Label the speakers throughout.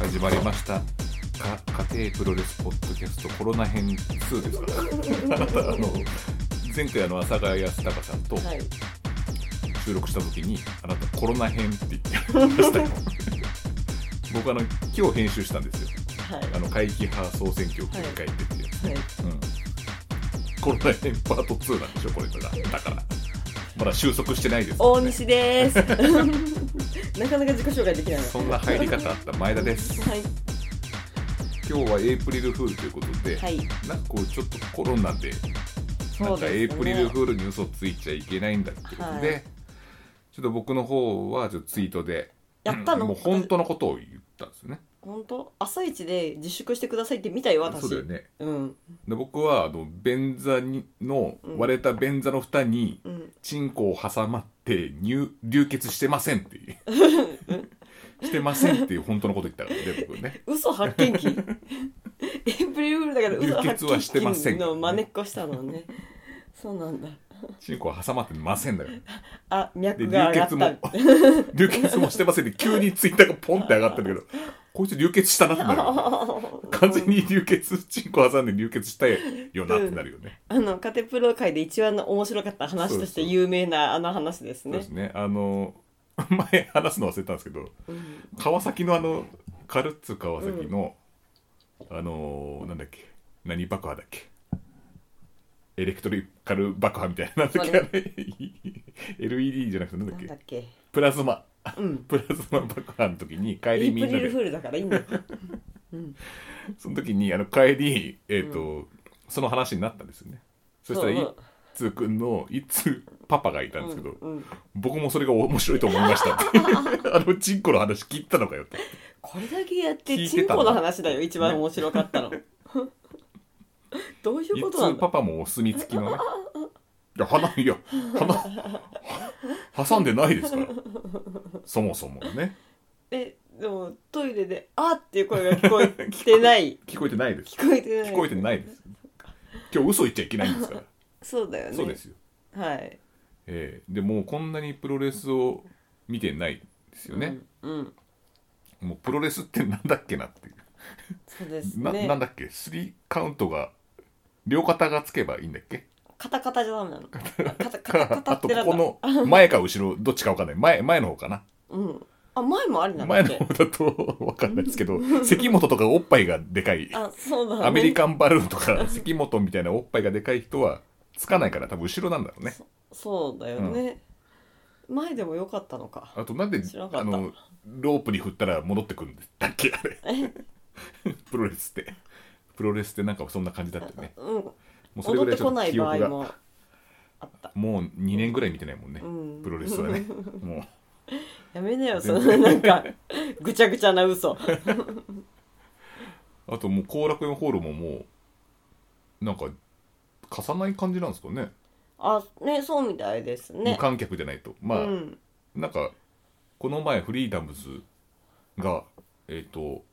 Speaker 1: 始まりましたか家庭プロレスポッドキャストコロナ編2ですかあの前回あの阿佐ヶ谷康隆さんと
Speaker 2: はい、
Speaker 1: 収録した時にあなたコロナ編って言ってましたよ 僕あの今日編集したんですよ
Speaker 2: はい、
Speaker 1: あの会期派総選挙を振り返ってっていう、
Speaker 2: はい、
Speaker 1: うん、コロナ編パート2なんでしょこれだからだからまだ収束してないです
Speaker 2: 大西 です。なかなか自己紹介できないの。
Speaker 1: そんな入り方あった前田です
Speaker 2: はい、
Speaker 1: 今日はエイプリルフールということで、
Speaker 2: はい、
Speaker 1: なんかこうちょっとコロナでなんかエイプリルフールに嘘ついちゃいけないんだってことで、
Speaker 2: はい
Speaker 1: ちょっと僕の方はちょっとツイートで
Speaker 2: やったの
Speaker 1: うんもう本当のことを言ったんですよね
Speaker 2: 本当朝一で自粛してくださいって見たよ私
Speaker 1: そうだよね
Speaker 2: うん
Speaker 1: で僕はあの便座にの
Speaker 2: うん
Speaker 1: 割れた便座の蓋に
Speaker 2: うん
Speaker 1: チンコを挟まって入流血してませんって いうしてませんっていう本当のこと言ったからね僕ね
Speaker 2: 嘘発見 器エイプリルフールだから嘘発
Speaker 1: 流血はしてませ
Speaker 2: 見
Speaker 1: ん
Speaker 2: 器の真似っこしたのねそうなんだ
Speaker 1: チンコを挟まってませんだよ
Speaker 2: あ
Speaker 1: で
Speaker 2: 脈が上
Speaker 1: 流
Speaker 2: が
Speaker 1: 血
Speaker 2: っ
Speaker 1: も
Speaker 2: た
Speaker 1: 流血もしてませんで急にツイッターがポンって上がったんだけどこいつ流血したなっ てなるよ完全に流血チンコ挟んで流血したよなってなるよね。
Speaker 2: あのカテプロ界で一番の面白かった話として有名なあの話です
Speaker 1: そうで
Speaker 2: ね
Speaker 1: すね。あの前話すの忘れたんですけど
Speaker 2: うん
Speaker 1: 川崎のあのカルッツ川崎の、あのなんだっけ何爆破だっけエレクトリカル爆破みたいななんだっけあれ LED じゃなくてなん
Speaker 2: な
Speaker 1: だっ
Speaker 2: ん
Speaker 1: け
Speaker 2: だっけ
Speaker 1: プラズマ
Speaker 2: うん
Speaker 1: プラズマ爆破の時に帰
Speaker 2: エ
Speaker 1: り
Speaker 2: イプ
Speaker 1: みんな
Speaker 2: リル
Speaker 1: で
Speaker 2: フールだからいいん だよ
Speaker 1: その時にあの帰り、えーとその話になったんですよねそしたら
Speaker 2: そう
Speaker 1: いつくんのいつパパがいたんですけど、
Speaker 2: うんうん
Speaker 1: 僕もそれが面白いと思いましたっ てあのチンコの話聞いたのかよって
Speaker 2: これだけやっ
Speaker 1: 聞
Speaker 2: て
Speaker 1: い
Speaker 2: チ
Speaker 1: て
Speaker 2: ン
Speaker 1: たの
Speaker 2: コの話だよ一番面白かったの どういう
Speaker 1: い
Speaker 2: ことなん
Speaker 1: つ
Speaker 2: だ
Speaker 1: パパもお墨付きのねいや鼻いや鼻挟んでないですからそもそもね
Speaker 2: えでもトイレで「あ」っていう声が聞こえてない
Speaker 1: 聞こえてないです
Speaker 2: 聞こえてない
Speaker 1: 聞こえてないです今日嘘言っちゃいけないんですから
Speaker 2: そうだよね
Speaker 1: そうですよ、
Speaker 2: はい
Speaker 1: ええでもうこんなにプロレスを見てないですよね、
Speaker 2: うん、うん
Speaker 1: もうプロレスってなんだっけなっていう、
Speaker 2: そうです
Speaker 1: な
Speaker 2: ね
Speaker 1: なんだっけ3カウントが両肩がつけばいいんだっけ
Speaker 2: カタカタじゃダメ なのカタカタカ
Speaker 1: か
Speaker 2: タ
Speaker 1: あ
Speaker 2: っ
Speaker 1: と
Speaker 2: てなんだ
Speaker 1: ここの前か後ろどっちかわかんない前前の方かな
Speaker 2: うん、あ前もありなんだ
Speaker 1: 前
Speaker 2: っ
Speaker 1: の
Speaker 2: け
Speaker 1: 方だと わかんないですけど関本とかおっぱいがでかい
Speaker 2: あそうだ、ね、
Speaker 1: アメリカンバルーンとか関本みたいなおっぱいがでかい人はつかないから多分後ろなんだろうね
Speaker 2: そうだよね、前でもよかったのか
Speaker 1: あとなんで
Speaker 2: 知らなかった
Speaker 1: あのロープに振ったら戻ってくるんだっけあれ プロレスってプロレスってなんかそんな感じだったよね
Speaker 2: うん
Speaker 1: もうそ
Speaker 2: 戻
Speaker 1: れぐ
Speaker 2: っ
Speaker 1: らい
Speaker 2: て
Speaker 1: ちょ
Speaker 2: こ
Speaker 1: っ
Speaker 2: な
Speaker 1: と
Speaker 2: い
Speaker 1: 記
Speaker 2: 場
Speaker 1: 憶
Speaker 2: 合
Speaker 1: が
Speaker 2: もあった
Speaker 1: もう2年ぐらい見てないもんね、
Speaker 2: うん
Speaker 1: プロレスは ねも
Speaker 2: やめなよそのなん かぐちゃぐちゃな嘘
Speaker 1: うあともう後楽園ホールももうなんか貸さない感じなんですかね
Speaker 2: あねそうみたいです
Speaker 1: 無
Speaker 2: ね
Speaker 1: 観客じゃないとまあ、
Speaker 2: うん、
Speaker 1: なんかこの前フリーダムズがえっ、と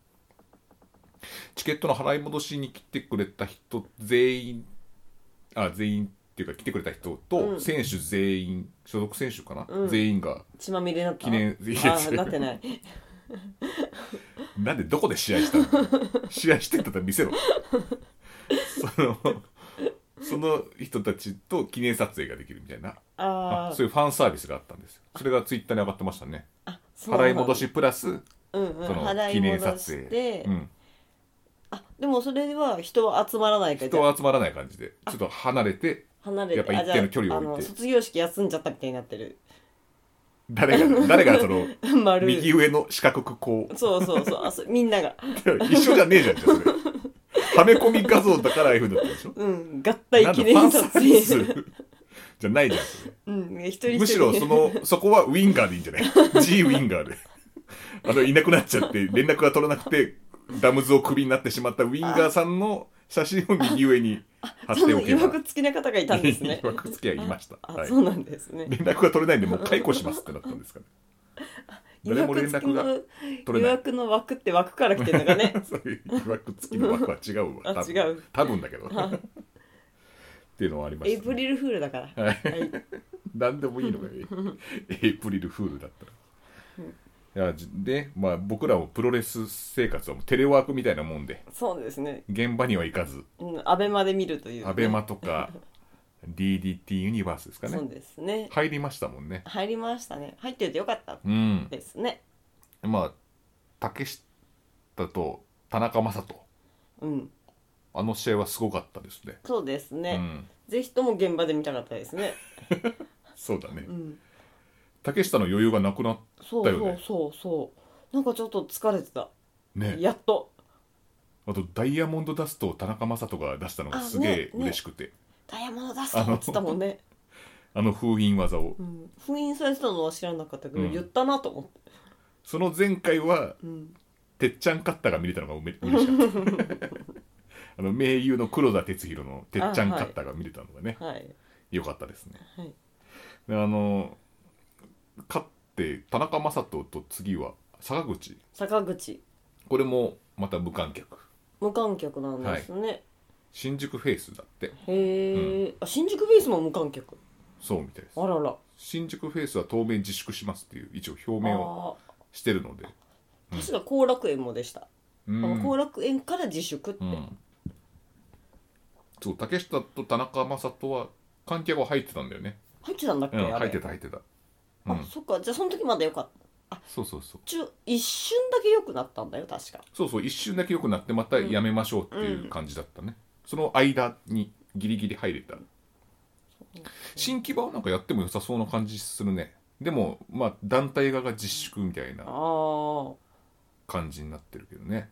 Speaker 1: チケットの払い戻しに来てくれた人全員あ全員っていうか来てくれた人
Speaker 2: う
Speaker 1: と
Speaker 2: ん
Speaker 1: 選手全員、所属選手かな、
Speaker 2: うん
Speaker 1: 全員が
Speaker 2: 血まみれになった
Speaker 1: 記念いや
Speaker 2: あなってない
Speaker 1: なんでどこで試合したの 試合してんだったら見せろそのその人たちと記念撮影ができるみたいな
Speaker 2: あ
Speaker 1: あ
Speaker 2: ー
Speaker 1: そういうファンサービスがあったんですよそれがツイッターに上がってましたね
Speaker 2: あそうなんだ
Speaker 1: 払い戻しプラス
Speaker 2: うんうん
Speaker 1: その
Speaker 2: 払
Speaker 1: 記
Speaker 2: い
Speaker 1: 念
Speaker 2: 戻
Speaker 1: 撮
Speaker 2: し
Speaker 1: 影、
Speaker 2: て、
Speaker 1: うん、
Speaker 2: あでもそれは人は集まらないから
Speaker 1: 人は集まらない感じでちょっと離れて
Speaker 2: 離れて
Speaker 1: やっぱ一定の
Speaker 2: あじゃあ
Speaker 1: 距離を置いて
Speaker 2: あの卒業式休んじゃったみたいになってる
Speaker 1: 誰が誰がその
Speaker 2: 丸い
Speaker 1: 右上の四角くこう
Speaker 2: そうそうそうあそうみんなが
Speaker 1: 一緒じゃねえじゃんじゃあそれはめ込み画像だからああいうふうになったでしょ
Speaker 2: うん合
Speaker 1: な
Speaker 2: 体
Speaker 1: んだ
Speaker 2: 記
Speaker 1: ファ
Speaker 2: 念
Speaker 1: ンサ
Speaker 2: 撮
Speaker 1: ービス
Speaker 2: 影
Speaker 1: じゃないじゃんそれ
Speaker 2: うん一人一人
Speaker 1: むしろその そこはウィンガーでいいんじゃない G ウィンガーであのいなくなっちゃって連絡が取れなくてダムズをクビになってしまったウィンガーさんの写真を右上に貼っ
Speaker 2: そ
Speaker 1: て
Speaker 2: の
Speaker 1: お
Speaker 2: い
Speaker 1: け
Speaker 2: わ
Speaker 1: ば
Speaker 2: くつきな方がいたんです ね
Speaker 1: いわくつきはいました
Speaker 2: あ、
Speaker 1: はい
Speaker 2: そうなんですね
Speaker 1: 連絡が取れないんでもう解雇しますってなったん ですから誰も連絡が取
Speaker 2: 予
Speaker 1: れない
Speaker 2: 約の枠って枠から来てるのが ね
Speaker 1: そういういわくつきの枠は違うわ
Speaker 2: あ
Speaker 1: 多分
Speaker 2: 違う
Speaker 1: 多分だけど っていうのはありま
Speaker 2: エイ
Speaker 1: した
Speaker 2: プ
Speaker 1: ね
Speaker 2: リルフールだから、はい、
Speaker 1: 何でもいいのがいいエイプリルフールだったらいやじで、まあ、僕らもプロレス生活はもうテレワークみたいなもんで
Speaker 2: そうですね。
Speaker 1: 現場には行かず
Speaker 2: うん、アベマで見るという、ね。
Speaker 1: アベマ とか DDT ユニバースですか
Speaker 2: そう
Speaker 1: ね
Speaker 2: ですね。
Speaker 1: 入りましたもんね
Speaker 2: 入りましたね。入ってるとよかった
Speaker 1: うん
Speaker 2: ですね。
Speaker 1: まあ竹下と田中将人
Speaker 2: うん。
Speaker 1: あの試合はすごかったですね
Speaker 2: そうです
Speaker 1: う
Speaker 2: ね。
Speaker 1: ん
Speaker 2: ぜひとも現場で見たかったですね。
Speaker 1: そうだね
Speaker 2: うん。
Speaker 1: 竹下の余裕がなくなっ
Speaker 2: そう
Speaker 1: だ
Speaker 2: そ
Speaker 1: よね
Speaker 2: うそうそう。なんかちょっと疲れてた。
Speaker 1: ね
Speaker 2: やっと。
Speaker 1: あとダイヤモンドダストを田中将人が出したのがすげえ
Speaker 2: あね
Speaker 1: 嬉しくて
Speaker 2: ダイヤモンド出すっつったもんね。
Speaker 1: あの封印技を
Speaker 2: うん。封印されてたのは知らなかったけど、
Speaker 1: うん
Speaker 2: 言ったなと思って。
Speaker 1: その前回は
Speaker 2: うん。
Speaker 1: てっちゃんカッタが見れたのがうめ嬉しかった あの名優の黒田哲弘のてっちゃんカッタが見れたのがね
Speaker 2: はい。
Speaker 1: 良かったですね
Speaker 2: はい。
Speaker 1: であの勝って田中将人と次は坂口
Speaker 2: 坂口。
Speaker 1: これもまた無観客
Speaker 2: 無観客なんですね。
Speaker 1: 新宿フェイスだって
Speaker 2: へえ、あ、新宿ベースも無観客。
Speaker 1: そうみたいです
Speaker 2: あらら。
Speaker 1: 新宿フェイスは当面自粛しますっていう一応表明を
Speaker 2: ああ
Speaker 1: してるのでうん
Speaker 2: 確か後楽園もでした。あ
Speaker 1: う
Speaker 2: の
Speaker 1: ん
Speaker 2: 後楽園から自粛って、
Speaker 1: うんそう竹下と田中将人は観客は入ってたんだよね
Speaker 2: 入ってたんだっけ、
Speaker 1: うん
Speaker 2: あれ
Speaker 1: 入ってた入ってたう
Speaker 2: あ
Speaker 1: ん
Speaker 2: そっかじゃあその時まだよかった
Speaker 1: そうそうそう
Speaker 2: ちょ一瞬だけ良くなったんだよ確か
Speaker 1: そうそう一瞬だけ良くなってまたやめましょうっていう感じだったね、その間にギリギリ入れた新木場はなんかやっても良さそうな感じするねでもまあ団体側が自粛みたいな
Speaker 2: あ
Speaker 1: 感じになってるけどね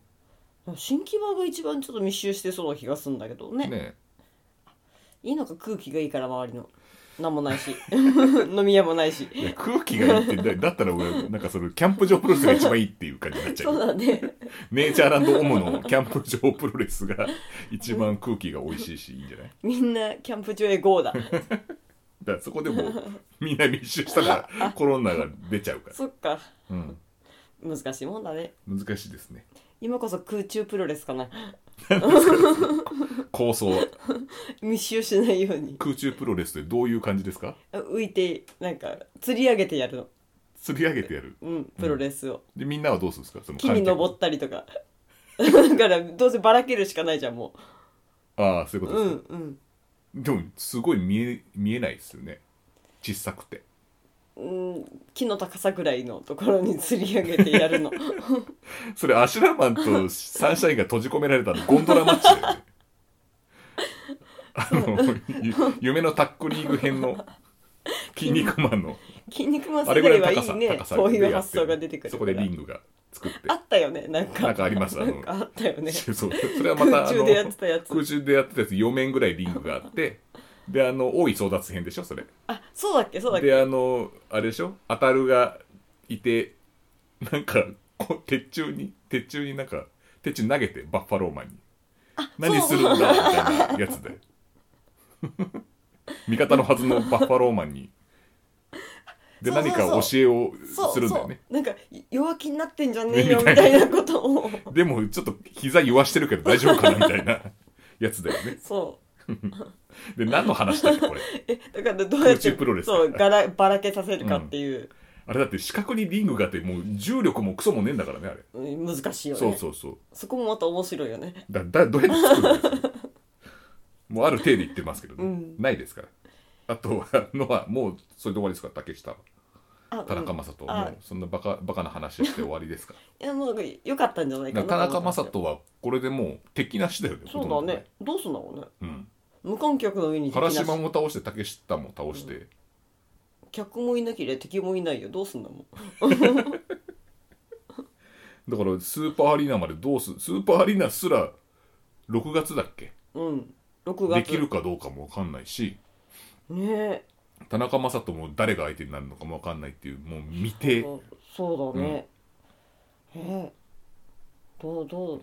Speaker 2: あ新木場が一番ちょっと密集してそうな気がするんだけどね
Speaker 1: ね
Speaker 2: いいのか空気がいいから周りの何もないし 飲み屋もないし
Speaker 1: いや空気がいいってだだったら俺なんかそのキャンプ場プロレスが一番いいっていう感じになっちゃ
Speaker 2: そう
Speaker 1: う
Speaker 2: だね
Speaker 1: ネイチャーランドオムのキャンプ場プロレスが一番空気が美味しいしいいんじゃない
Speaker 2: みんなキャンプ中へ GO だ
Speaker 1: だからそこでも みんな密集したらコロナが出ちゃうから、
Speaker 2: そっか
Speaker 1: うん、
Speaker 2: 難しいもんだね
Speaker 1: 難しいですね
Speaker 2: 今こそ空中プロレスかな
Speaker 1: 構想は
Speaker 2: 密集しないように
Speaker 1: 空中プロレスってどういう感じですか
Speaker 2: あ浮いてなんか釣り上げてやるの
Speaker 1: 釣り上げてやる
Speaker 2: うんプロレスを、
Speaker 1: でみんなはどうするんですかその
Speaker 2: 木に登
Speaker 1: っ
Speaker 2: ったりとかだからどうせばらけるしかないじゃんも
Speaker 1: ああそういう
Speaker 2: う
Speaker 1: ことで
Speaker 2: う
Speaker 1: す
Speaker 2: ん
Speaker 1: か、
Speaker 2: うん
Speaker 1: でもすごい見え見えないですよね小さくて
Speaker 2: うん、木の高さぐらいのところに釣り上げてやる の
Speaker 1: それアシュラマンとサンシャインが閉じ込められたのゴンドラマッチだよ ねあのゆ夢のタックリーグ編 の「筋肉マン」の
Speaker 2: 筋肉マン世
Speaker 1: あれぐら
Speaker 2: 代
Speaker 1: いの
Speaker 2: はい
Speaker 1: 高さ
Speaker 2: いね
Speaker 1: 高さ
Speaker 2: そうい
Speaker 1: で
Speaker 2: う
Speaker 1: やっ
Speaker 2: 発
Speaker 1: てる
Speaker 2: 想が出てくる
Speaker 1: そこでリングが作って
Speaker 2: あったよねなんか
Speaker 1: なんかありますあの
Speaker 2: なんかあったよね
Speaker 1: そうそれはまた
Speaker 2: 空
Speaker 1: あ
Speaker 2: 中でやって
Speaker 1: の
Speaker 2: たやつ
Speaker 1: 空中でやってたやつ4面ぐらいリングがあって であの大井争奪編でしょそれ
Speaker 2: あそうだっけそうだっけ
Speaker 1: であのあれでしょ当たるがいてなんかこう鉄柱に鉄柱になんか鉄柱投げてバッファローマンに何するんだみたいなやつで 味方のはずのバッファローマンにで
Speaker 2: そうそう
Speaker 1: 何
Speaker 2: そう
Speaker 1: か教えを
Speaker 2: そう
Speaker 1: するんだよ
Speaker 2: そ
Speaker 1: ね
Speaker 2: うなんか弱気になってんじゃねえよ み
Speaker 1: みたい
Speaker 2: た
Speaker 1: ない
Speaker 2: なことを
Speaker 1: でもちょっと膝言わしてるけど大丈夫かなみたいなやつだよね
Speaker 2: そう
Speaker 1: で何の話だっけこれ
Speaker 2: えだからどうやっ
Speaker 1: 空中
Speaker 2: て
Speaker 1: プロレス
Speaker 2: そうがらばらけさせるかっていう、
Speaker 1: あれだって四角にリングがあってもう重力もクソもねえんだからねあれ
Speaker 2: うん難しいよね
Speaker 1: そうそうそう
Speaker 2: そこもまた面白いよね
Speaker 1: だだどうやって作るんですかもうある程度言ってますけどね、
Speaker 2: うん
Speaker 1: ないですからあとはのはもうそれで終わりですから竹下
Speaker 2: あ
Speaker 1: 田中
Speaker 2: うん
Speaker 1: 将人、
Speaker 2: あ
Speaker 1: もうそんなバカバカな話して終わりですから
Speaker 2: いやもう良かったんじゃ ないか
Speaker 1: だ
Speaker 2: な
Speaker 1: から
Speaker 2: と
Speaker 1: 田
Speaker 2: 思
Speaker 1: 中
Speaker 2: った
Speaker 1: 将
Speaker 2: んですよ
Speaker 1: 人はこれでもう敵なしだよね
Speaker 2: そうだね、どうすんだろうね
Speaker 1: ほとんどね
Speaker 2: 無観客の上
Speaker 1: う
Speaker 2: に
Speaker 1: ん、
Speaker 2: 敵な
Speaker 1: 原
Speaker 2: し
Speaker 1: 島も倒して竹下も倒して、
Speaker 2: 客もいなきゃ敵もいないよどうすんだもん
Speaker 1: だからスーパーアリーナまでどうすスーパーアリーナすら6月だっけ
Speaker 2: うん6月
Speaker 1: できるかどうかも分かんないし
Speaker 2: ね
Speaker 1: 田中将人も誰が相手になるのかも分かんないっていうもう未
Speaker 2: え
Speaker 1: 定
Speaker 2: そうだね、ええどうどう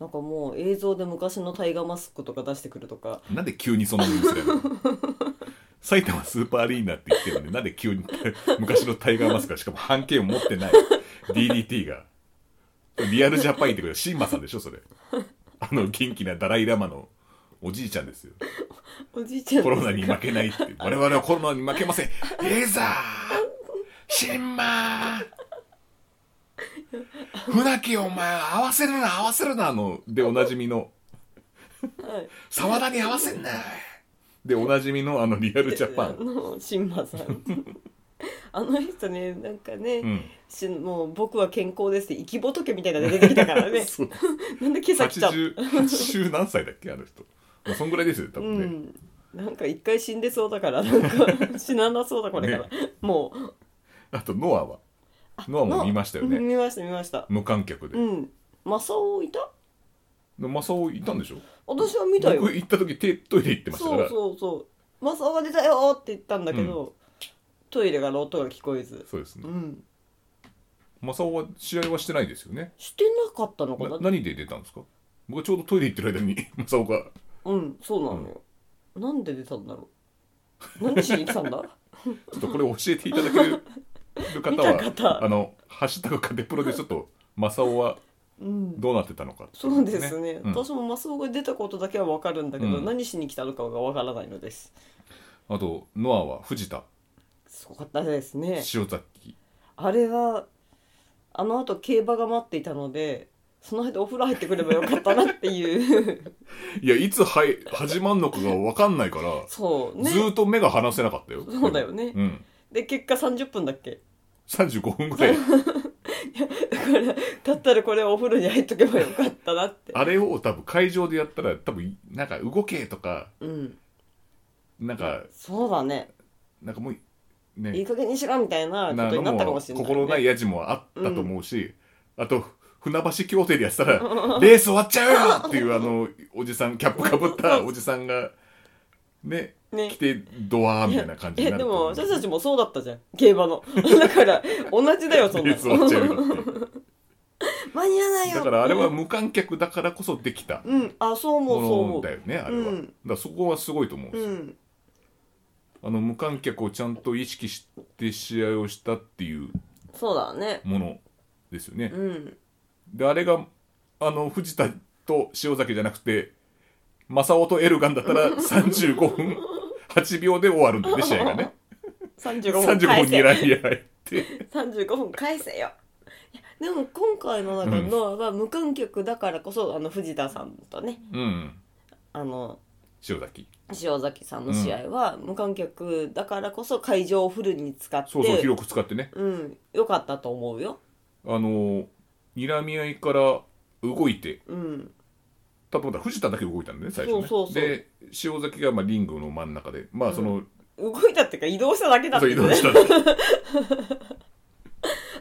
Speaker 2: なんかもう映像で昔のタイガーマスクとか出してくるとか
Speaker 1: なんで急にそんなニュースやるの埼玉スーパーアリーナって言ってるのになんで急に昔のタイガーマスクがしかも半径を持ってない DDT がリアルジャパンってことシンマさんでしょそれあの元気なダライ・ラマのおじいちゃんですよ
Speaker 2: おじいちゃん
Speaker 1: コロナに負けない って我々はコロナに負けませんレーザーシンマー「船木お前合わせるな合わせるな」のでおなじみの
Speaker 2: はい
Speaker 1: 「沢田に合わせんな」でおなじみのあのリアルジャパ
Speaker 2: あ
Speaker 1: ン、
Speaker 2: のシンバさん あの人ねなんかね、
Speaker 1: うん、
Speaker 2: しもう僕は健康ですって生き仏みたいなの出てきたからね
Speaker 1: そう
Speaker 2: なんで今朝来ちゃった
Speaker 1: 80 80何歳だっけあの人まあそんぐらいですよ多
Speaker 2: う
Speaker 1: 分ね、
Speaker 2: んなんか一回死んでそうだからなん か死ななそうだこれから、もう
Speaker 1: あとノアはノアも見ましたよ
Speaker 2: う
Speaker 1: ね
Speaker 2: ん見ました見ました
Speaker 1: 無観客で
Speaker 2: う、んマサオいた
Speaker 1: マサオ行ったんでしょ
Speaker 2: 私は見たよ
Speaker 1: 僕行った時手トイレ行ってましたか
Speaker 2: そ
Speaker 1: ら
Speaker 2: うそうそうマサオが出たよーって言ったんだけど、トイレから音が聞こえず
Speaker 1: そうですね
Speaker 2: うん
Speaker 1: マサオは試合はしてないですよね
Speaker 2: してなかったのか
Speaker 1: な
Speaker 2: な
Speaker 1: 何で出たんですか僕はちょうどトイレ行ってる間に マサオが
Speaker 2: うんそうなのよ、なんで出たんだろう何しに来たんだ
Speaker 1: ちょっとこれ教えていただける方は
Speaker 2: 見た方
Speaker 1: あの「ハッシュタグカテプロ」でちょ っとマサオは
Speaker 2: うん
Speaker 1: どうなってたのかってい
Speaker 2: そうですね
Speaker 1: うん
Speaker 2: 私もマスオが出たことだけは分かるんだけど、
Speaker 1: うん
Speaker 2: 何しに来たのかが分からないのです
Speaker 1: あとノアは藤田
Speaker 2: すごかったですね
Speaker 1: 塩崎
Speaker 2: あれはあのあと競馬が待っていたのでその間お風呂入ってくればよかったなっていう
Speaker 1: いやいつはい始まんのかが分かんないから、
Speaker 2: そう
Speaker 1: ずー
Speaker 2: ね
Speaker 1: っと目が離せなかったよ
Speaker 2: そうだよね
Speaker 1: うん
Speaker 2: で結果30分だっけ
Speaker 1: 35分 ぐらい
Speaker 2: だからだったらこれお風呂に入っとけばよかったなって
Speaker 1: あれを多分会場でやったら多分なんか動けとか
Speaker 2: うん
Speaker 1: なんか
Speaker 2: そうだね
Speaker 1: なんかもう
Speaker 2: いい
Speaker 1: ね
Speaker 2: 加減にしろみたいなこ
Speaker 1: な
Speaker 2: と
Speaker 1: の
Speaker 2: になったか
Speaker 1: も
Speaker 2: もしれない、ね、
Speaker 1: 心ないやじもあったと思うし、あと船橋協定でやってたら「 レース終わっちゃうよ!」っていうあのおじさんキャップかぶったおじさんがね
Speaker 2: ね
Speaker 1: 来てドワーみたいな感じに
Speaker 2: え
Speaker 1: な
Speaker 2: で
Speaker 1: ると
Speaker 2: も
Speaker 1: 思う
Speaker 2: 私たちもそうだったじゃん競馬の だから同じだよそん
Speaker 1: レ
Speaker 2: な
Speaker 1: ース終わっちゃうよ
Speaker 2: の
Speaker 1: っていう
Speaker 2: 間に合わない よ
Speaker 1: だからあれは無観客だからこそできた
Speaker 2: うんあそう思うそう
Speaker 1: も
Speaker 2: 思
Speaker 1: の
Speaker 2: う
Speaker 1: だよねあれは、
Speaker 2: うん
Speaker 1: だからそこはすごいと思うんですよ、
Speaker 2: うん
Speaker 1: あの無観客をちゃんと意識して試合をしたっていう
Speaker 2: そうだね
Speaker 1: ものですよね、
Speaker 2: うん
Speaker 1: であれがあの藤田と塩崎じゃなくて正雄とエルガンだったら35分8秒で終わるんだよね 試合がね
Speaker 2: 35分
Speaker 1: 35
Speaker 2: 返
Speaker 1: 分に
Speaker 2: せ
Speaker 1: ライン入って
Speaker 2: 35分返せよいやでも今回の中
Speaker 1: うん
Speaker 2: のノアは無観客だからこそあの藤田さんとね
Speaker 1: うんうん
Speaker 2: あの
Speaker 1: 塩崎
Speaker 2: 塩崎さんの試合は無観客だからこそ会場をフルに使って
Speaker 1: そうそう広く使ってね
Speaker 2: うんよかったと思うよ
Speaker 1: あの睨み合いから動いて
Speaker 2: うん
Speaker 1: たと思ったら藤田だけ動いたんだね最初ね
Speaker 2: そうそうそう
Speaker 1: で塩崎がまあリングの真ん中でまあその、
Speaker 2: 動いたっていうか移動しただけだっ
Speaker 1: そ
Speaker 2: た
Speaker 1: う移動
Speaker 2: ね
Speaker 1: したんです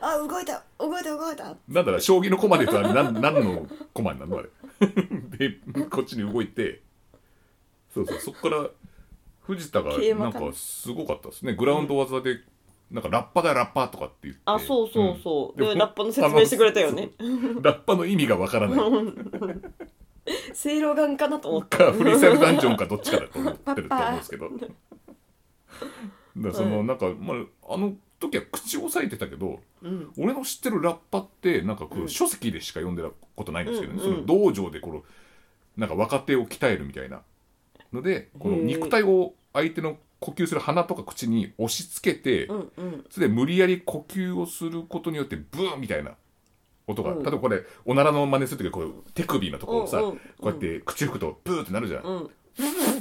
Speaker 2: あ動いた動いた動いた
Speaker 1: なんだろう将棋の駒で言うとあれなん何の駒になるのあれ でこっちに動いてそうそうそこから藤田が
Speaker 2: 桂
Speaker 1: な
Speaker 2: 馬
Speaker 1: ん
Speaker 2: か
Speaker 1: かすごかったですねグラウンド技でなんかラッパだラッパとかって言って
Speaker 2: あそうそうそう、
Speaker 1: うん
Speaker 2: でラッパの説明してくれたよね
Speaker 1: うんラッパの意味がわからない
Speaker 2: 正露丸かなと思った
Speaker 1: かフリースタイルダンジョンかどっちかだと思ってると思うんです けどだからそのなんか、まあ、あの時は口を押さえてたけど
Speaker 2: うん
Speaker 1: 俺の知ってるラッパってなんかこ
Speaker 2: うん
Speaker 1: う書籍でしか読んでたことないんですけどね、
Speaker 2: うんうん
Speaker 1: その道場でこのなんか若手を鍛えるみたいなのでこの
Speaker 2: へえ
Speaker 1: 肉体を相手の呼吸する鼻とか口に押し付けて、
Speaker 2: うんうん
Speaker 1: それで無理やり呼吸をすることによってブーンみたいな音が、
Speaker 2: うん
Speaker 1: 例えばこれおならの真似する時はこう手首のところをさ、
Speaker 2: うんうんうん
Speaker 1: こうやって口吹くとブーってなるじゃん、
Speaker 2: うん
Speaker 1: っ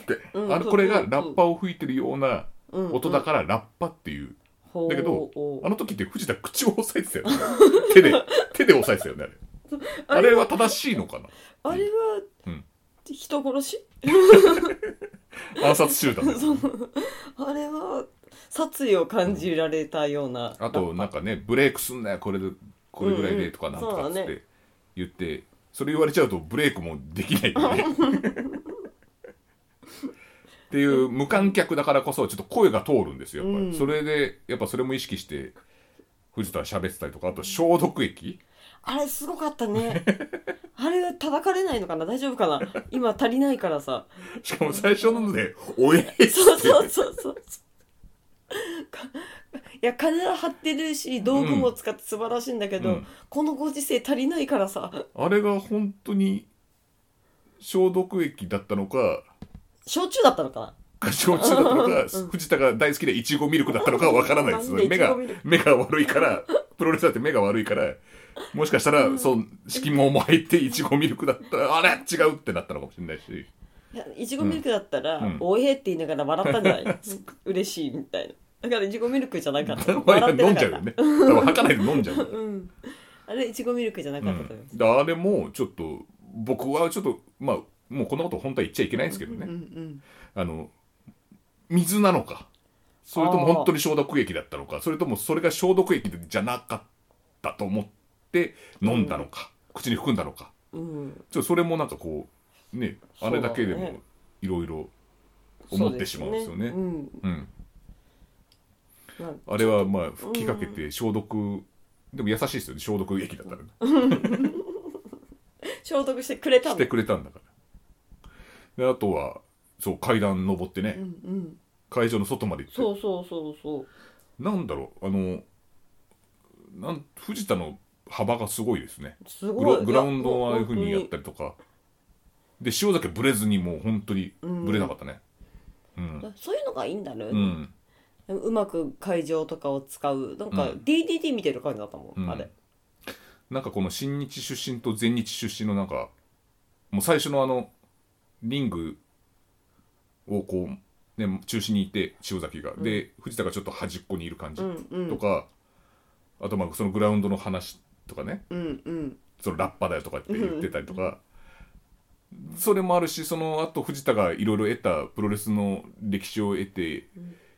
Speaker 1: て
Speaker 2: うん
Speaker 1: あのこれがラッパを吹いてるような
Speaker 2: うん
Speaker 1: 音だからラッパっていう。
Speaker 2: ほう
Speaker 1: だけど
Speaker 2: ほう
Speaker 1: あの時って藤田口を押さえてたよね。 手で、手で押さえてたよね、あれ。あれは正しいのか
Speaker 2: あれは、
Speaker 1: うん
Speaker 2: 人殺し
Speaker 1: な暗殺集団です。
Speaker 2: あれは殺意を感じられたような、
Speaker 1: あと、なんかね、ブレイクすんなよ、これで、これぐらいでとかなんとかっつ
Speaker 2: そ
Speaker 1: っ
Speaker 2: うだね
Speaker 1: て言って、それ言われちゃうとブレイクもできないよね。っていう無観客だからこそちょっと声が通るんですよやっぱり、
Speaker 2: うん
Speaker 1: それでやっぱそれも意識して藤田は喋ってたりとかあと消毒液
Speaker 2: あれすごかったねあれは叩かれないのかな大丈夫かな今足りないからさ
Speaker 1: しかも最初なので「おえ!」っつって
Speaker 2: そうそうそうそうかいや体張ってるし道具も使って素晴らしいんだけど、
Speaker 1: うん
Speaker 2: このご時世足りないからさ
Speaker 1: あれが本当に消毒液だったのか、
Speaker 2: 焼酎だったのかな
Speaker 1: 焼酎だったのか、
Speaker 2: うん
Speaker 1: 藤田が大好きでいちごミルクだったのかわからないです。
Speaker 2: なんで
Speaker 1: 目が
Speaker 2: いちごミル、
Speaker 1: 目が悪いから、プロレスだって目が悪いから、もしかしたら、そう、色毛も入って、いちごミルクだったら、あれ違うってなったのかもしれないし。
Speaker 2: いやいちごミルクだったら
Speaker 1: うん
Speaker 2: 「おえ」って言いながら笑ったんじゃ ない嬉しいみたいなだからいちごミルクじゃなかった
Speaker 1: まあ
Speaker 2: 笑ってな
Speaker 1: 飲
Speaker 2: ん
Speaker 1: じ
Speaker 2: か
Speaker 1: ゃ
Speaker 2: っ
Speaker 1: う
Speaker 2: た
Speaker 1: よね。多分吐かないで飲んじゃうよね。
Speaker 2: うんあれいちごミルクじゃなかったと思います
Speaker 1: であれもちょっと僕はちょっとまあもうこんなこと本当は言っちゃいけないんですけどね、
Speaker 2: うんうん
Speaker 1: あの水なのかそれとも本当に消毒液だったのかそれともそれが消毒液じゃなかったと思って飲んだのか、口に含んだのか
Speaker 2: うん
Speaker 1: ちょっとそれもなんかこうねあれだけで
Speaker 2: そうだ
Speaker 1: も
Speaker 2: ね
Speaker 1: いろいろ思ってしまうんですよね。
Speaker 2: そううん
Speaker 1: うん、
Speaker 2: まあ
Speaker 1: あれはまあ吹きかけて消毒、でも優しいですよね消毒液だったらね
Speaker 2: 消毒してくれた
Speaker 1: し
Speaker 2: の
Speaker 1: てくれたんだからであとはそう階段登ってね、
Speaker 2: うんうん
Speaker 1: 会場の外まで行
Speaker 2: そ
Speaker 1: って
Speaker 2: うそうそうそう
Speaker 1: なんだろうあのなん藤田の幅がすごいですね
Speaker 2: す
Speaker 1: グ
Speaker 2: ご
Speaker 1: ラ
Speaker 2: い
Speaker 1: グラウンドをああいうふう
Speaker 2: 風
Speaker 1: にやったりとかで塩だけブレずにもう本当にブレなかったねうん
Speaker 2: そういうのがいいんだね、
Speaker 1: うん、
Speaker 2: うまく会場とかを使うなんか
Speaker 1: うん
Speaker 2: DDT 見てる感じだったもん、
Speaker 1: うん
Speaker 2: あれ
Speaker 1: なんかこの新日出身と全日出身のなんかもう最初のあのリングをこう、ね、中心にいて塩崎が、で藤田がちょっと端っこにいる感じ
Speaker 2: うんうん
Speaker 1: とか、あとまあそのグラウンドの話とかね、
Speaker 2: うんうん
Speaker 1: そのラッパだよとかって言ってたりとか、それもあるしその後藤田がいろいろ得たプロレスの歴史を得て、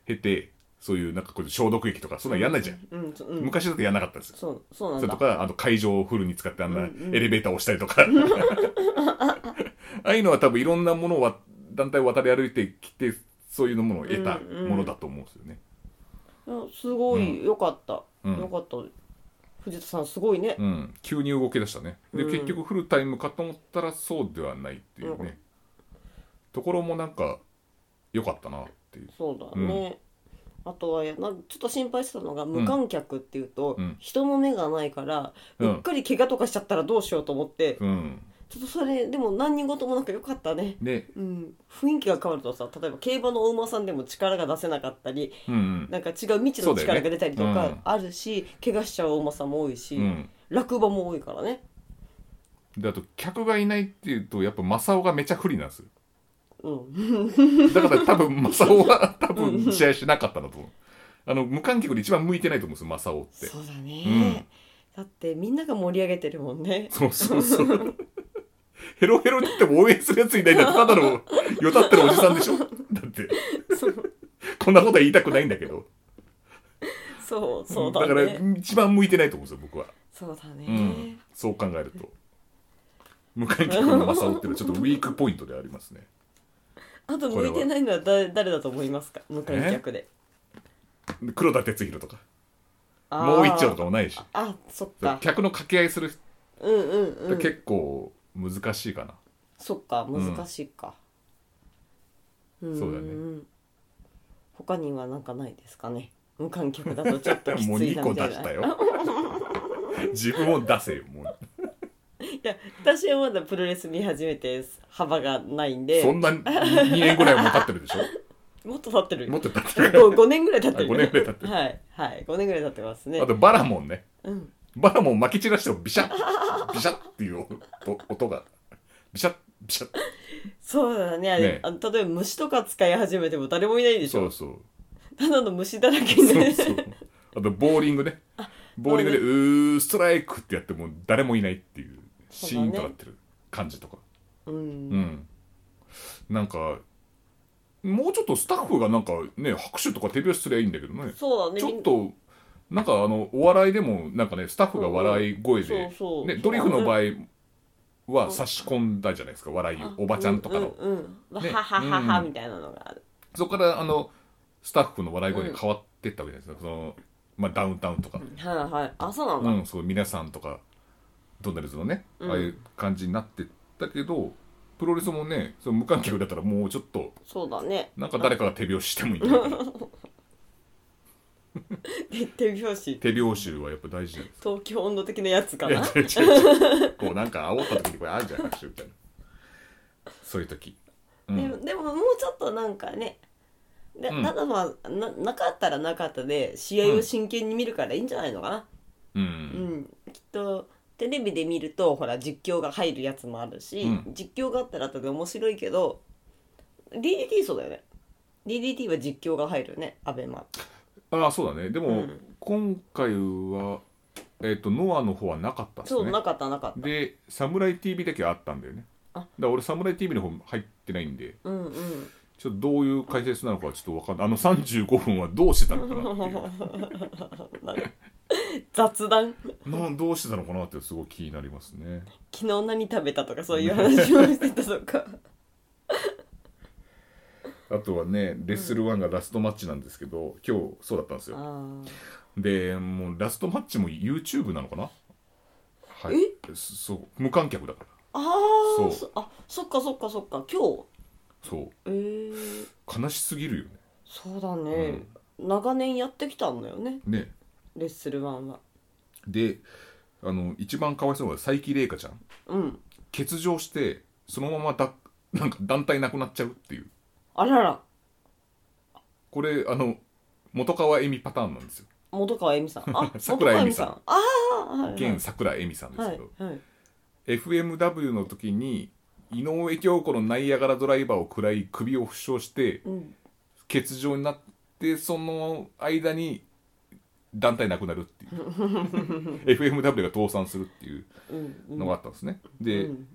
Speaker 1: 経てそういうなんかこう消毒液とかそんなのやんないじゃん、
Speaker 2: うんそうん
Speaker 1: 昔だとやんなかったんですよ、
Speaker 2: そうそうなん
Speaker 1: それ
Speaker 2: だ
Speaker 1: とかあの会場をフルに使ってあん
Speaker 2: う
Speaker 1: なん
Speaker 2: うん
Speaker 1: エレベーターを押したりとか、 ああいうのは多分いろんなものをわ団体を渡り歩いてきてそういうものを得た
Speaker 2: うんうん
Speaker 1: ものだと思うんですよね。
Speaker 2: うんすごい良かった、
Speaker 1: うん
Speaker 2: 良かった藤田さんすごいね、
Speaker 1: うん、急に動き出したねで、
Speaker 2: うん
Speaker 1: 結局フルタイムかと思ったらそうではないっていうね、
Speaker 2: うん
Speaker 1: ところもなんか良かったなっていう
Speaker 2: そうだね、あとはやなちょっと心配してたのが無観客っていうと、
Speaker 1: うん
Speaker 2: 人の目がないから、
Speaker 1: う
Speaker 2: うんっかり怪我とかしちゃったらどうしようと思って、
Speaker 1: うん
Speaker 2: ちょっとそれでも何人事もなく良かったね
Speaker 1: で
Speaker 2: うん、雰囲気が変わるとさ例えば競馬のお馬さんでも力が出せなかったり
Speaker 1: うんうん
Speaker 2: なんか違う未知の力が出たりと
Speaker 1: そうだよ
Speaker 2: か
Speaker 1: ね
Speaker 2: あるし、怪我しちゃうお馬さんも多いし、
Speaker 1: うん
Speaker 2: 落馬も多いからね
Speaker 1: であと客がいないっていうとやっぱ正雄がめちゃ不利なんですよ
Speaker 2: うん
Speaker 1: だから多分 正雄は多分試合しなかったんだと思うあの無観客で一番向いてないと思うんですよ正雄って
Speaker 2: そうだね、
Speaker 1: う
Speaker 2: だ
Speaker 1: ん
Speaker 2: ってみんなが盛り上げてるもん ね
Speaker 1: そうそうそうヘロヘロに言っても応援するやついないんだってただのよたってるおじさんでしょだって
Speaker 2: そう
Speaker 1: こんなことは言いたくないんだけど
Speaker 2: そうそうだ
Speaker 1: だ
Speaker 2: ね
Speaker 1: から一番向いてないと思うんですよ僕は、
Speaker 2: そうだね、
Speaker 1: うん、そう考えると無観客の正雄っていうのはちょっとウィークポイントでありますね
Speaker 2: あと向いてないのはだ誰だと思いますか無観客で
Speaker 1: 黒田哲弘とか
Speaker 2: あー
Speaker 1: もう一丁とかもないし
Speaker 2: あそっか
Speaker 1: 客の掛け合いする
Speaker 2: うんうんうん
Speaker 1: 結構難しいかな、
Speaker 2: そっか難しいか、うん
Speaker 1: そうだね
Speaker 2: 他にはなんかないですかね無観客だとちょっときついな
Speaker 1: もう
Speaker 2: みた
Speaker 1: 2個
Speaker 2: い
Speaker 1: 出
Speaker 2: な
Speaker 1: したよ 自分を出せよもう
Speaker 2: いや私はまだプロレス見始めて幅がないんで
Speaker 1: そんな2年ぐらいも経ってるでしょ
Speaker 2: もっと経ってる
Speaker 1: もっと経ってる
Speaker 2: 5年ぐらい経ってる
Speaker 1: あ五年ぐらい経って
Speaker 2: るはいはい5年ぐらい経ってますね
Speaker 1: あとバラモンね
Speaker 2: うん
Speaker 1: バラモン撒き散らしてもビシャッビシャッっていう音音がビシャッビシャッ
Speaker 2: そうだねあれ
Speaker 1: ね
Speaker 2: あの例えば虫とか使い始めても誰もいないでし
Speaker 1: そう
Speaker 2: ょ
Speaker 1: そう
Speaker 2: ただの虫だらけにな
Speaker 1: そう
Speaker 2: る
Speaker 1: そう。 あと、ボーリングね。ボーリングで、
Speaker 2: そう
Speaker 1: ー、ストライクってやっても誰もいないっていう、
Speaker 2: そう
Speaker 1: シ
Speaker 2: だね
Speaker 1: ーンとなってる感じとか。
Speaker 2: うん
Speaker 1: うん。なんか、もうちょっとスタッフがなんかね、拍手とか手拍子すりゃいいんだけどね。
Speaker 2: そうだね
Speaker 1: ちょっと、なんかあの、お笑いでも、なんかね、スタッフが笑い声
Speaker 2: うんう
Speaker 1: で
Speaker 2: んそうそう、
Speaker 1: ね、ドリフの場合は差し込んだじゃないですか、笑いをおばちゃんとかの。
Speaker 2: うんうんうん、
Speaker 1: ね
Speaker 2: わはははは
Speaker 1: うん
Speaker 2: みたいなのがある、
Speaker 1: そこから、あの、スタッフの笑い声が変わってったわけじゃないですか。その、まあ、ダウンタウンとか。
Speaker 2: はいはいあそうなんだ、
Speaker 1: うん、そう皆さんとかドンネルズのね、
Speaker 2: うん
Speaker 1: ああいう感じになってったけどプロレスもねその無観客だったらもうちょっと
Speaker 2: そうだね
Speaker 1: なんか誰かが手拍子してもいいんじゃないか な
Speaker 2: で 手拍子
Speaker 1: 手拍子はやっぱ大事じゃない
Speaker 2: 東京温度的なやつか
Speaker 1: いや
Speaker 2: な
Speaker 1: 違う違うこうなんか煽った時にこれあるじゃん拍手みたいなそういう時、うん
Speaker 2: でもでももうちょっとなんかねで
Speaker 1: うん
Speaker 2: ただまあななかったらなかったで試合を真剣に見るからいいんじゃないのかな、
Speaker 1: う
Speaker 2: うんん、きっとテレビで見るとほら実況が入るやつもあるし、
Speaker 1: うん
Speaker 2: 実況があったら後で面白いけど DDT そうだよね DDT は実況が入るよねアベマ
Speaker 1: ああそうだねでも、
Speaker 2: うん
Speaker 1: 今回はえっ、とノアの方はなかったです
Speaker 2: そ
Speaker 1: ね
Speaker 2: うなかったなかった
Speaker 1: で「サムライ TV」だけあったんだよね
Speaker 2: あ
Speaker 1: だから俺「サムライ TV」の方入ってないんで
Speaker 2: うんうん
Speaker 1: ちょっとどういう解説なのかはちょっと分かんないあの35分はどうしてたのかなって いう
Speaker 2: なんか雑談
Speaker 1: なんどうしてたのかなってすごい気になりますね
Speaker 2: 昨日何食べたとかそういう話もしてたと か
Speaker 1: あとはねレッスル1がラストマッチなんですけど、今日そうだったんですよ
Speaker 2: あー
Speaker 1: でもうラストマッチも YouTube なのかなはい
Speaker 2: え
Speaker 1: そう無観客だから
Speaker 2: あ
Speaker 1: そ
Speaker 2: ー
Speaker 1: う
Speaker 2: そあそっかそっかそっか今日
Speaker 1: そう
Speaker 2: えー、
Speaker 1: 悲しすぎるよね
Speaker 2: そうだね、長年やってきたんだよね
Speaker 1: ね
Speaker 2: レッスルワンは
Speaker 1: であの一番かわいそうなのが佐伯玲香ちゃん
Speaker 2: うん
Speaker 1: 欠場してそのままだなんか団体なくなっちゃうっていう
Speaker 2: あらら
Speaker 1: これあの元川恵美パターンなんですよ、
Speaker 2: 元川恵美さん。あ
Speaker 1: 桜井恵美さん
Speaker 2: 元川恵美さん。あ
Speaker 1: 現桜恵美さん
Speaker 2: あ、
Speaker 1: です
Speaker 2: は
Speaker 1: け
Speaker 2: い
Speaker 1: ど、
Speaker 2: はい、はい。
Speaker 1: FMW の時に井上京子のナイアガラドライバーを食らい首を負傷して
Speaker 2: うん。
Speaker 1: 欠場になってその間に団体なくなるっていう FMW が倒産するっていう
Speaker 2: うん。うん
Speaker 1: のがあったんですね、
Speaker 2: う
Speaker 1: で、
Speaker 2: ん。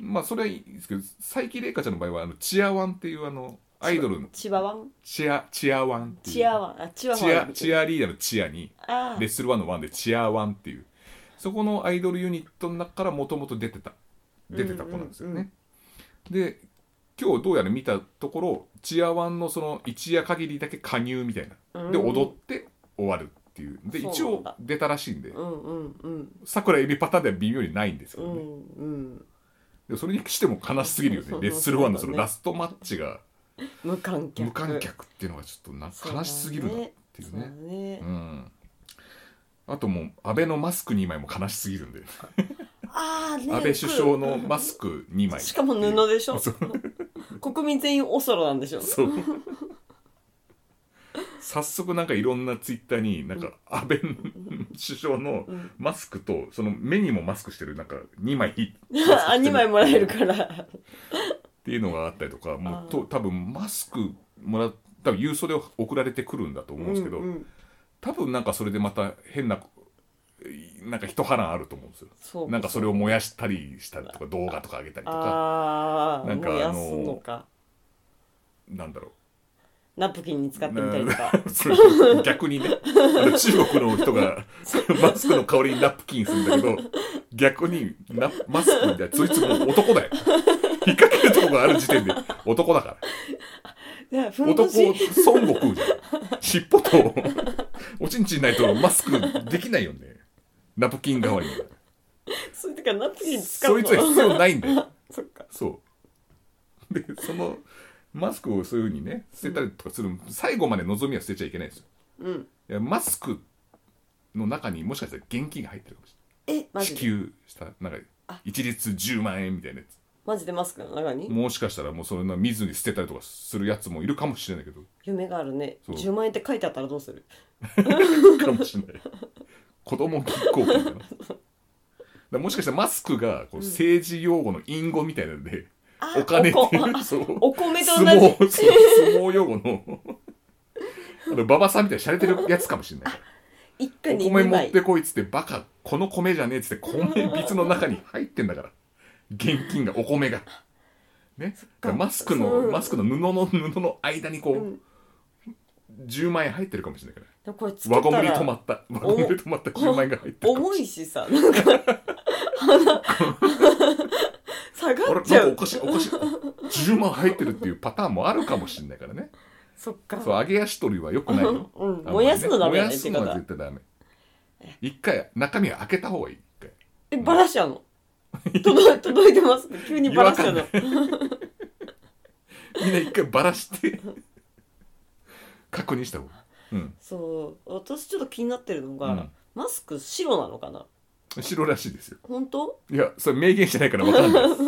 Speaker 1: まあそれはいいですけど佐伯玲香ちゃんの場合はあのチアワンっていうあのアイドルの
Speaker 2: チワワン。
Speaker 1: チアチアワンっていう
Speaker 2: チアワン。あ、チワワン。
Speaker 1: チアチアリーダーのチアに
Speaker 2: あ
Speaker 1: レ
Speaker 2: ー
Speaker 1: ッスルワンのワンでチアワンっていうそこのアイドルユニットの中からもともと出てた出てた子なんですよね、で今日どうやら見たところチアワンのその一夜限りだけ加入みたいなで
Speaker 2: うん
Speaker 1: 踊って終わるっていうで一
Speaker 2: そうなん
Speaker 1: 応
Speaker 2: だ
Speaker 1: 出たらしいんで
Speaker 2: うんうんうん。
Speaker 1: さくらエビパターンでは微妙にないんですけ
Speaker 2: う
Speaker 1: どね、
Speaker 2: んうん。
Speaker 1: でもそれにしても悲しすぎるよね
Speaker 2: そうそうそう
Speaker 1: レッスルワンのそ
Speaker 2: そう
Speaker 1: の
Speaker 2: だね
Speaker 1: ラストマッチが
Speaker 2: 無観客。
Speaker 1: 無観客っていうのがちょっとな
Speaker 2: そうだね。
Speaker 1: 悲しすぎるなっていう
Speaker 2: そうだ
Speaker 1: ね
Speaker 2: ね
Speaker 1: う。んあともう安倍のマスク2枚も悲しすぎるんで
Speaker 2: ああ、ね。
Speaker 1: 安倍首相のマスク2枚
Speaker 2: しかも布でしょ
Speaker 1: そう
Speaker 2: 国民全員おそろなんでしょ
Speaker 1: そう早速なんかいろんなツイッターになんか安倍の首相の
Speaker 2: うん
Speaker 1: マスクとその目にもマスクしてるなんか2枚マスクしてる
Speaker 2: あ、2枚もらえるから。
Speaker 1: っていうのがあったりとかも
Speaker 2: あー
Speaker 1: うと多分マスクもらっ多分郵送で送られてくるんだと思うんですけど、
Speaker 2: うんうん
Speaker 1: 多分なんかそれでまた変ななんか一波乱あると思うんですよ
Speaker 2: そう。
Speaker 1: なんかそれを燃やしたりしたりとか動画とか上げたりとか
Speaker 2: ああ、
Speaker 1: なんか
Speaker 2: 燃やす
Speaker 1: あの
Speaker 2: のか。
Speaker 1: なんだろう
Speaker 2: ナプキンに使ってみたりとか。
Speaker 1: それ逆にねあの中国の人がマスクの代わりにナプキンするんだけど逆にナマスクみたいなそいつもう男だよ引っ掛けるとこがある時点で男だから
Speaker 2: いや、ふんど
Speaker 1: 男
Speaker 2: し
Speaker 1: 孫悟空じゃん尻尾とおちんちんないとマスクできないよねナプキン代わりには
Speaker 2: そういう時はナプキン使う
Speaker 1: そ
Speaker 2: の
Speaker 1: いつは必要ないんだよ
Speaker 2: そっか
Speaker 1: そうでそのマスクをそういうふうにね捨てたりとかする、最後まで望みは捨てちゃいけないんですよ
Speaker 2: うん
Speaker 1: いやマスクの中にもしかしたら現金が入ってるかもし
Speaker 2: え
Speaker 1: れな
Speaker 2: マ
Speaker 1: い支
Speaker 2: ジで
Speaker 1: 給したなんか一律10万円みたいなやつ
Speaker 2: マジでマスクの中に
Speaker 1: もしかしたらもうそれの見ずに捨てたりとかするやつもいるかもしれないけど
Speaker 2: 夢があるね
Speaker 1: そう
Speaker 2: 10万円って書いてあったらどうする
Speaker 1: かもしれない子供銀行みたいなだからもしかしたらマスクがこう政治用語の隠語みたいなので、
Speaker 2: あ
Speaker 1: お金ってい
Speaker 2: お こ
Speaker 1: うそう
Speaker 2: お米と
Speaker 1: 相
Speaker 2: 同
Speaker 1: 撲
Speaker 2: じ
Speaker 1: そう相撲用語のあの馬場さんみたいに洒落てるやつかもしれない
Speaker 2: 一
Speaker 1: お
Speaker 2: 家に
Speaker 1: 米
Speaker 2: 2
Speaker 1: 持
Speaker 2: 枚
Speaker 1: ってこいっつってバカこの米じゃねえっつって米びつの中に入ってんだから現金がお米がね
Speaker 2: か
Speaker 1: マスク
Speaker 2: そ
Speaker 1: の
Speaker 2: う
Speaker 1: マスクの布の布の間にこう、
Speaker 2: うん
Speaker 1: 10万円入ってるかもしれないから
Speaker 2: でもこれつけ
Speaker 1: 輪ゴ
Speaker 2: た
Speaker 1: ムに止ま
Speaker 2: ら
Speaker 1: った輪ゴムに止まった10万円が入ってるかも
Speaker 2: 重
Speaker 1: し
Speaker 2: いしさなんか 鼻下がっちゃう
Speaker 1: れないあれなんかおかしいおかしい10万入ってるっていうパターンもあるかもしれないからね
Speaker 2: そっか
Speaker 1: そう揚げ足取りはよくないよ、
Speaker 2: うん
Speaker 1: あまりね
Speaker 2: 燃やすのダメだね
Speaker 1: 燃やすのは絶対ダメ一回中身は開けた方がいい一回
Speaker 2: えバラしちゃうの届い届いてます急にバラしちゃうの
Speaker 1: 違みんな一回バラして確認した方がいい、うん、
Speaker 2: そう私ちょっと気になってるのが、
Speaker 1: うん
Speaker 2: マスク白なのかな
Speaker 1: 白らしいですよ
Speaker 2: 本当
Speaker 1: いやそれ明言してないから分か んないです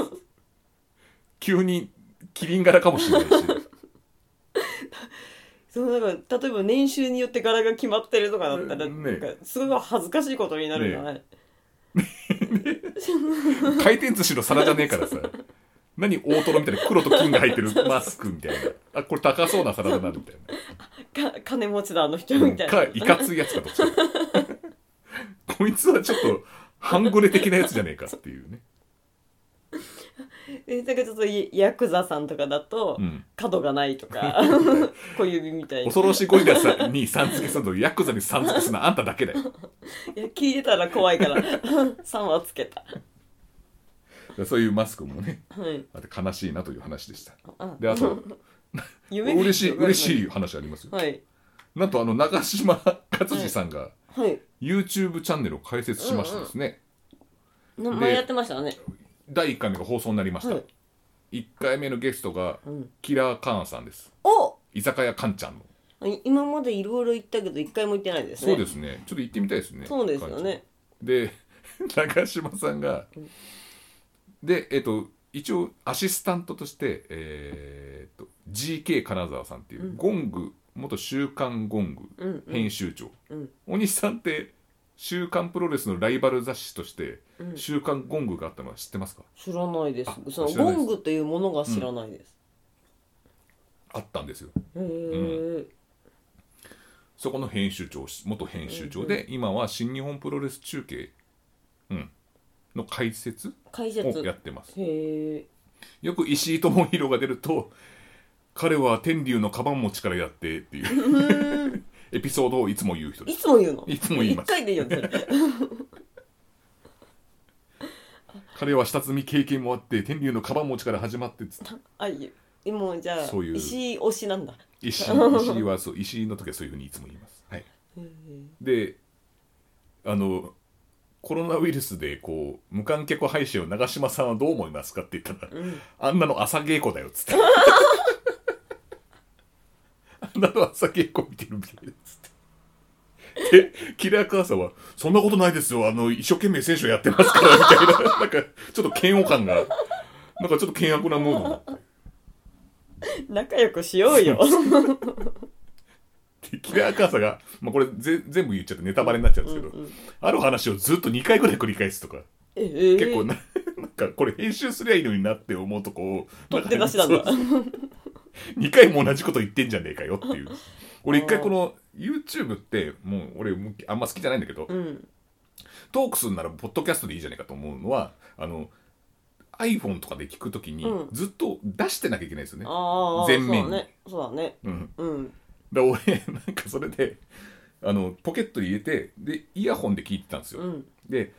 Speaker 1: 急にキリン柄かもしれないし
Speaker 2: そのだから例えば年収によって柄が決まってるとかだったら、
Speaker 1: ね
Speaker 2: なんかすごい恥ずかしいことになるじゃない、
Speaker 1: 回転寿司の皿じゃねえからさ何大トロみたいな黒と金が入ってるマスクみたいなあこれ高そうな皿だなみたい
Speaker 2: か金持ちだあの人みた
Speaker 1: な
Speaker 2: な
Speaker 1: いかいかついやつか とこいつはちょっと半グレ的なやつじゃねえかっていうね、
Speaker 2: えなんかちょっといヤクザさんとかだと、
Speaker 1: うん、
Speaker 2: 角がないと か小指みたいな
Speaker 1: 恐ろしいゴリラさんにさん付けするのとヤクザにさん付けするのはあんただけだよ
Speaker 2: いや聞いてたら怖いから 3はつけた
Speaker 1: そういうマスクもね
Speaker 2: はい
Speaker 1: あと悲しいなという話でした
Speaker 2: あ
Speaker 1: であと
Speaker 2: 夢が
Speaker 1: 嬉しい嬉
Speaker 2: い
Speaker 1: しい話ありますよ
Speaker 2: はい
Speaker 1: なんとあの長嶋勝治さんが
Speaker 2: はい
Speaker 1: YouTube チャンネルを開設しましてですね、
Speaker 2: な
Speaker 1: で
Speaker 2: 前やってましたね
Speaker 1: 第1回目が放送になりました、
Speaker 2: はい
Speaker 1: 1回目のゲストが
Speaker 2: うん
Speaker 1: キラーカーンさんです
Speaker 2: お
Speaker 1: 居酒屋カンちゃんの
Speaker 2: い今までいろいろ言ったけど一回も言ってないですね
Speaker 1: そうですすねちょっと行ってみたいですね
Speaker 2: そうですよね
Speaker 1: で 長嶋さんが
Speaker 2: うん
Speaker 1: でえっと一応アシスタントとして、えーっと GK 金沢さんっていう、
Speaker 2: うん
Speaker 1: ゴング元「週刊ゴング
Speaker 2: うん」うん
Speaker 1: 編集長、
Speaker 2: うん
Speaker 1: 大西さんって「週刊プロレス」のライバル雑誌として
Speaker 2: うん
Speaker 1: 「週刊ゴング」があったのは知ってますか
Speaker 2: 知らないです
Speaker 1: あ
Speaker 2: その
Speaker 1: 知ら
Speaker 2: ゴ
Speaker 1: ないです
Speaker 2: ングというものが知らないです、
Speaker 1: あったんですよ
Speaker 2: へえ、
Speaker 1: そこの編集長元編集長で、今は新日本プロレス中継、うん、の解説
Speaker 2: 解
Speaker 1: を
Speaker 2: 説
Speaker 1: やってます
Speaker 2: へえ
Speaker 1: よく石井智弘が出ると彼は天竜の鞄持ちからやってっていう エピソードをいつも言う人で
Speaker 2: い
Speaker 1: す
Speaker 2: つも言うの
Speaker 1: いつも言います
Speaker 2: 一回でいいよね
Speaker 1: 彼は下積み経験もあって天竜の鞄持ちから始まってっつって
Speaker 2: あいえもうじゃあ
Speaker 1: そういう
Speaker 2: 石井推しなんだ
Speaker 1: 石井石井はそう石井の時はそういうふうにいつも言います、はい、
Speaker 2: へえ
Speaker 1: であのコロナウイルスでこう無観客配信を長嶋さんはどう思いますかって言ったら、
Speaker 2: うん
Speaker 1: あんなの朝稽古だよっつって あんなの朝稽古見てるみたいですっつってでキラー母さんは「そんなことないですよあの一生懸命選手やってますから」みたいななんかちょっと嫌悪感がなんかちょっと険悪なムードになって
Speaker 2: 仲良くしようよ
Speaker 1: でキラー母さんが、まあ、これぜ全部言っちゃってネタバレになっちゃうんですけど、
Speaker 2: うんうん
Speaker 1: ある話をずっと2回ぐらい繰り返すとか。
Speaker 2: ええ
Speaker 1: 結構な なんかこれ編集すりゃいいのになって思うとこを
Speaker 2: 取って出しなんだ
Speaker 1: 2回も同じこと言ってんじゃねえかよっていう俺一回この YouTube ってもう俺あんま好きじゃないんだけど、
Speaker 2: うん
Speaker 1: トークするならポッドキャストでいいじゃねえかと思うのはあの iPhone とかで聞くときに
Speaker 2: うん
Speaker 1: ずっと出してなきゃいけないですよね、
Speaker 2: ああ
Speaker 1: 全面に
Speaker 2: そうだねそうだね
Speaker 1: うん、
Speaker 2: うん
Speaker 1: だから俺なんかそれであのポケットに入れてでイヤホンで聞いてたんですよ、
Speaker 2: うん
Speaker 1: で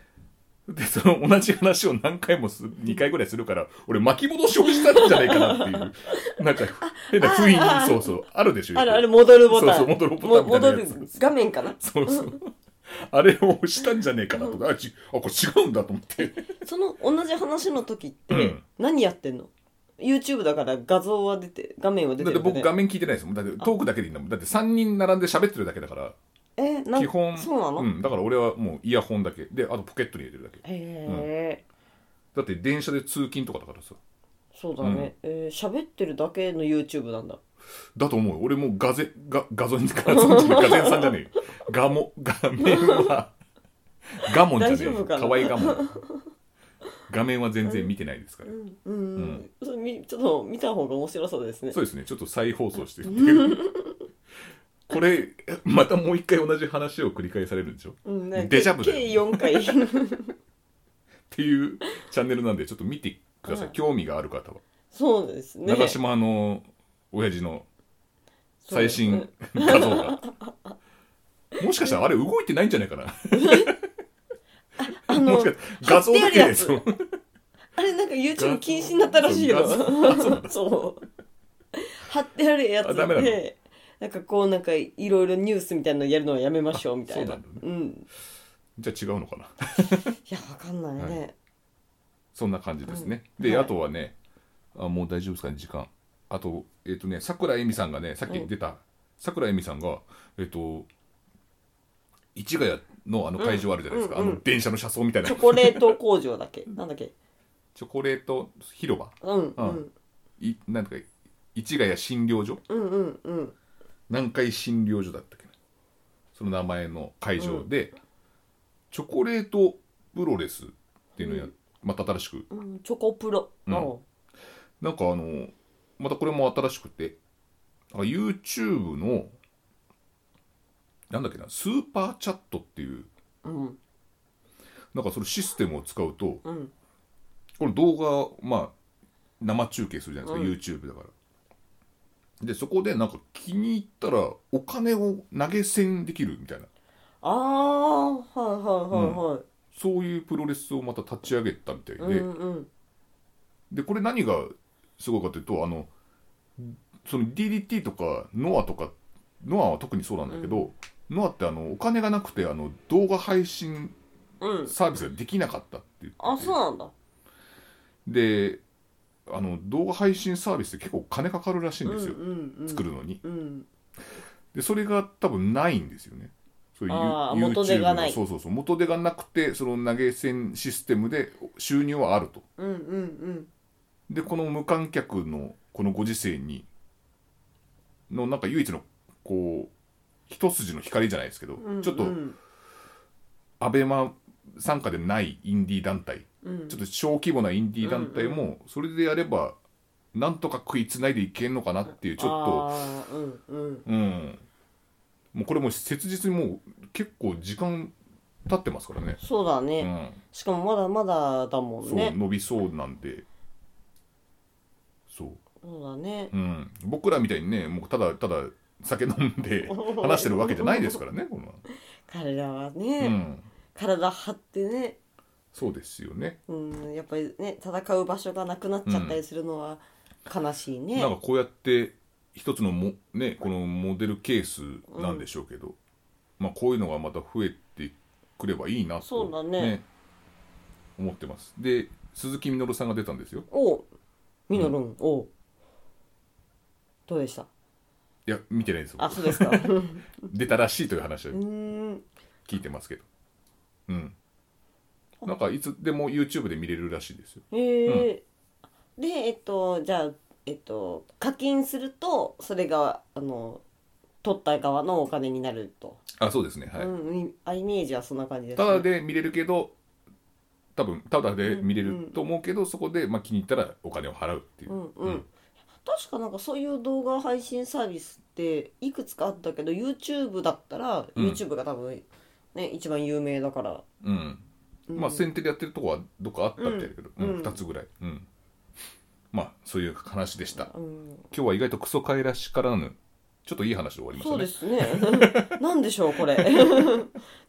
Speaker 1: でその同じ話を何回もす2回ぐらいするから俺巻き戻しをしたんじゃないかなって いうなんか変な雰囲
Speaker 2: あ
Speaker 1: 気
Speaker 2: あ
Speaker 1: そうそうあるでしょ
Speaker 2: あるある戻るボタン
Speaker 1: そうそう戻るボタン
Speaker 2: も
Speaker 1: みたい
Speaker 2: 戻
Speaker 1: なやつ
Speaker 2: る画面かな
Speaker 1: そうそうあれを押したんじゃねえかなとかあちあこれ違うんだと思って
Speaker 2: その同じ話の時って
Speaker 1: うん
Speaker 2: 何やってんの YouTube だから画像は出て画面は出
Speaker 1: だ
Speaker 2: て
Speaker 1: っ
Speaker 2: る
Speaker 1: て
Speaker 2: よね
Speaker 1: 僕画面聞いてないですもんだってトークだけでいいんだもんだって3人並んで喋ってるだけだから
Speaker 2: えなん
Speaker 1: 基本
Speaker 2: そうなの、
Speaker 1: ん、だから俺はもうイヤホンだけであとポケットに入れてるだけ
Speaker 2: へえ、
Speaker 1: だって電車で通勤とかだからさ
Speaker 2: そうだね、えー喋ってるだけの YouTube なんだ
Speaker 1: だと思うよ俺もうガゼガガゾンガゾンじ ゃないガゼンさんじゃねえよガモ画面はガモンじゃねえ
Speaker 2: 大丈
Speaker 1: よ
Speaker 2: 夫かな
Speaker 1: かわいいガモン画面は全然見てないですから、
Speaker 2: うん、うんそれみちょっと見た方が面白そうですね
Speaker 1: そうですねちょっと再放送してっ ていうこれまたもう一回同じ話を繰り返されるんでしょっ
Speaker 2: うんね
Speaker 1: デジャブだよ
Speaker 2: 計4回
Speaker 1: ていうチャンネルなんでちょっと見てください、
Speaker 2: うん
Speaker 1: 興味がある方は、
Speaker 2: そうですね
Speaker 1: 長島の親父の
Speaker 2: そう
Speaker 1: 最
Speaker 2: ですね
Speaker 1: 新画像が、もしかしたらあれ動いてないんじゃないかな
Speaker 2: あ
Speaker 1: も
Speaker 2: の
Speaker 1: しかしたら画像だけ
Speaker 2: 貼ってある
Speaker 1: で
Speaker 2: やつ
Speaker 1: そう
Speaker 2: あれなんか YouTube 禁止になったらしいよ
Speaker 1: そう
Speaker 2: そう貼ってあるや
Speaker 1: あ
Speaker 2: つ
Speaker 1: ダメなの
Speaker 2: でなんかこうなんかいろいろニュースみたいなのやるのはやめましょうみたいな
Speaker 1: あそうなんだ
Speaker 2: ん
Speaker 1: じゃあ違うのかない
Speaker 2: やわかんないね、
Speaker 1: そんな感じですね。
Speaker 2: うん
Speaker 1: で、
Speaker 2: はい
Speaker 1: あとはね、あもう大丈夫ですかね、時間。あと、えっ、とね、さくらえみさんがね、さっき出た、さくらえみさんが、えっ、と、市ヶ谷のあの会場あるじゃないです
Speaker 2: う
Speaker 1: か、
Speaker 2: んうんうん
Speaker 1: あの電車の車窓みたいな、
Speaker 2: チ
Speaker 1: チ
Speaker 2: ョコレート工場だっけなんだっけ
Speaker 1: ョコレート広場、
Speaker 2: うんうん
Speaker 1: いなんとか、市ヶ谷診療所
Speaker 2: うんうんうん
Speaker 1: 南海診療所だったっけなその名前の会場で、チョコレートプロレスっていうのをや、
Speaker 2: うん
Speaker 1: また新しく
Speaker 2: うん、チョコプロ。
Speaker 1: うん
Speaker 2: お
Speaker 1: なんかあのまたこれも新しくてなんか YouTube のなんだっけなスーパーチャットっていう
Speaker 2: うん、
Speaker 1: なんかそのシステムを使うと
Speaker 2: うん、
Speaker 1: これ動画をまあ生中継するじゃないですか、YouTube だからでそこでなんか気に入ったらお金を投げ銭できるみたいな
Speaker 2: ああ、はいは
Speaker 1: そういうプロレスをまた立ち上げたみたいで、
Speaker 2: いはいはい。うん、うん、
Speaker 1: でこれ何がすごいかというとあのその DDT とかノアとかノアは特にそうなんだけど、ノアってあのお金がなくてあの動画配信
Speaker 2: うん。
Speaker 1: サービスができなかったって言ってて
Speaker 2: あ、そうなんだ。
Speaker 1: であの動画配信サービスって結構金かかるらしいんですよ、
Speaker 2: うんうんうん、
Speaker 1: 作るのに
Speaker 2: うん、
Speaker 1: でそれが多分ないんですよねそういう
Speaker 2: あー
Speaker 1: YouTube の
Speaker 2: 元手がない
Speaker 1: そうそうそう元手がなくてその投げ銭システムで収入はあると
Speaker 2: うんうんうん
Speaker 1: でこの無観客のこのご時世にのなんか唯一のこう一筋の光じゃないですけど、
Speaker 2: うんうん
Speaker 1: ちょっと
Speaker 2: うん
Speaker 1: アベマ参加でないインディー団体、
Speaker 2: うん
Speaker 1: ちょっと小規模なインディー団体もそれでやればなんとか食いつないでいけんのかなっていうちょっと
Speaker 2: あーうんうん
Speaker 1: うんもうこれもう切実にもう結構時間経ってますからね、
Speaker 2: そうだ
Speaker 1: う
Speaker 2: ね、
Speaker 1: ん、
Speaker 2: しかもまだまだだも
Speaker 1: そ
Speaker 2: ん
Speaker 1: う、
Speaker 2: ね
Speaker 1: 伸びそうなんでそう
Speaker 2: そうだね
Speaker 1: うん、僕らみたいにねもうただただ酒飲ん で話してるわけじゃないですからねこの、
Speaker 2: 彼らは
Speaker 1: う
Speaker 2: ね、
Speaker 1: ん、
Speaker 2: 体張ってね、
Speaker 1: そうですよね
Speaker 2: うん、やっぱりね戦う場所がなくなっちゃったりするのは悲しいね、
Speaker 1: なんかこうやって一つのも、ね、このモデルケースなんでしょうけど、まあ、こういうのがまた増えてくればいいな
Speaker 2: そ
Speaker 1: と、
Speaker 2: うだね
Speaker 1: 思ってますで鈴木みのるさんが出たんですよ
Speaker 2: おうみのるん、おうどうでした
Speaker 1: いや見てないです
Speaker 2: あ
Speaker 1: 僕
Speaker 2: そうですか う
Speaker 1: 出たらしいという話を
Speaker 2: ーん
Speaker 1: 聞いてますけどうんなんかいつでも YouTube で見れるらしいですよ
Speaker 2: えーでえっとじゃあえっと課金するとそれがあの取った側のお金になると、
Speaker 1: あそうですねはい、
Speaker 2: うんいあイメージはそんな感じですね、
Speaker 1: ただで見れるけど多分ただで見れると思うけど、そこで、まあ、気に入ったらお金を払うっていうう、
Speaker 2: んうん、確かなんかそういう動画配信サービスっていくつかあったけど YouTube だったら、
Speaker 1: うん
Speaker 2: YouTube が多分ね一番有名だから、
Speaker 1: うん
Speaker 2: うん
Speaker 1: まあ先手でやってるとこはどっかあったみたいだけど、
Speaker 2: う
Speaker 1: うんん
Speaker 2: うん
Speaker 1: 2つぐらい、うん、まあそういう話でした
Speaker 2: うん、
Speaker 1: 今日は意外とクソかいらしからぬちょっといい話で終わりまし
Speaker 2: そ
Speaker 1: た
Speaker 2: うで
Speaker 1: ね
Speaker 2: すね なんでしょうこれ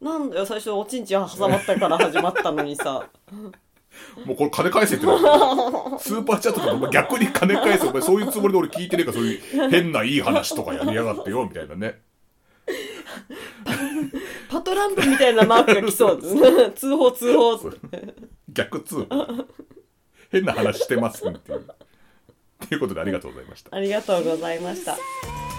Speaker 2: なんだよ最初おちんちん挟まったから始まったのにさ
Speaker 1: もうこれ金返せってこと スーパーチャットとかお前逆に金返せお前そういうつもりで俺聞いてねえからそういう変ないい話とかやりやがってよみたいなね
Speaker 2: パトランプみたいなマークが来そうですね 通報通報って
Speaker 1: 逆通報変な話してますっていう。ということでありがとうございました。
Speaker 2: ありがとうございました
Speaker 3: 「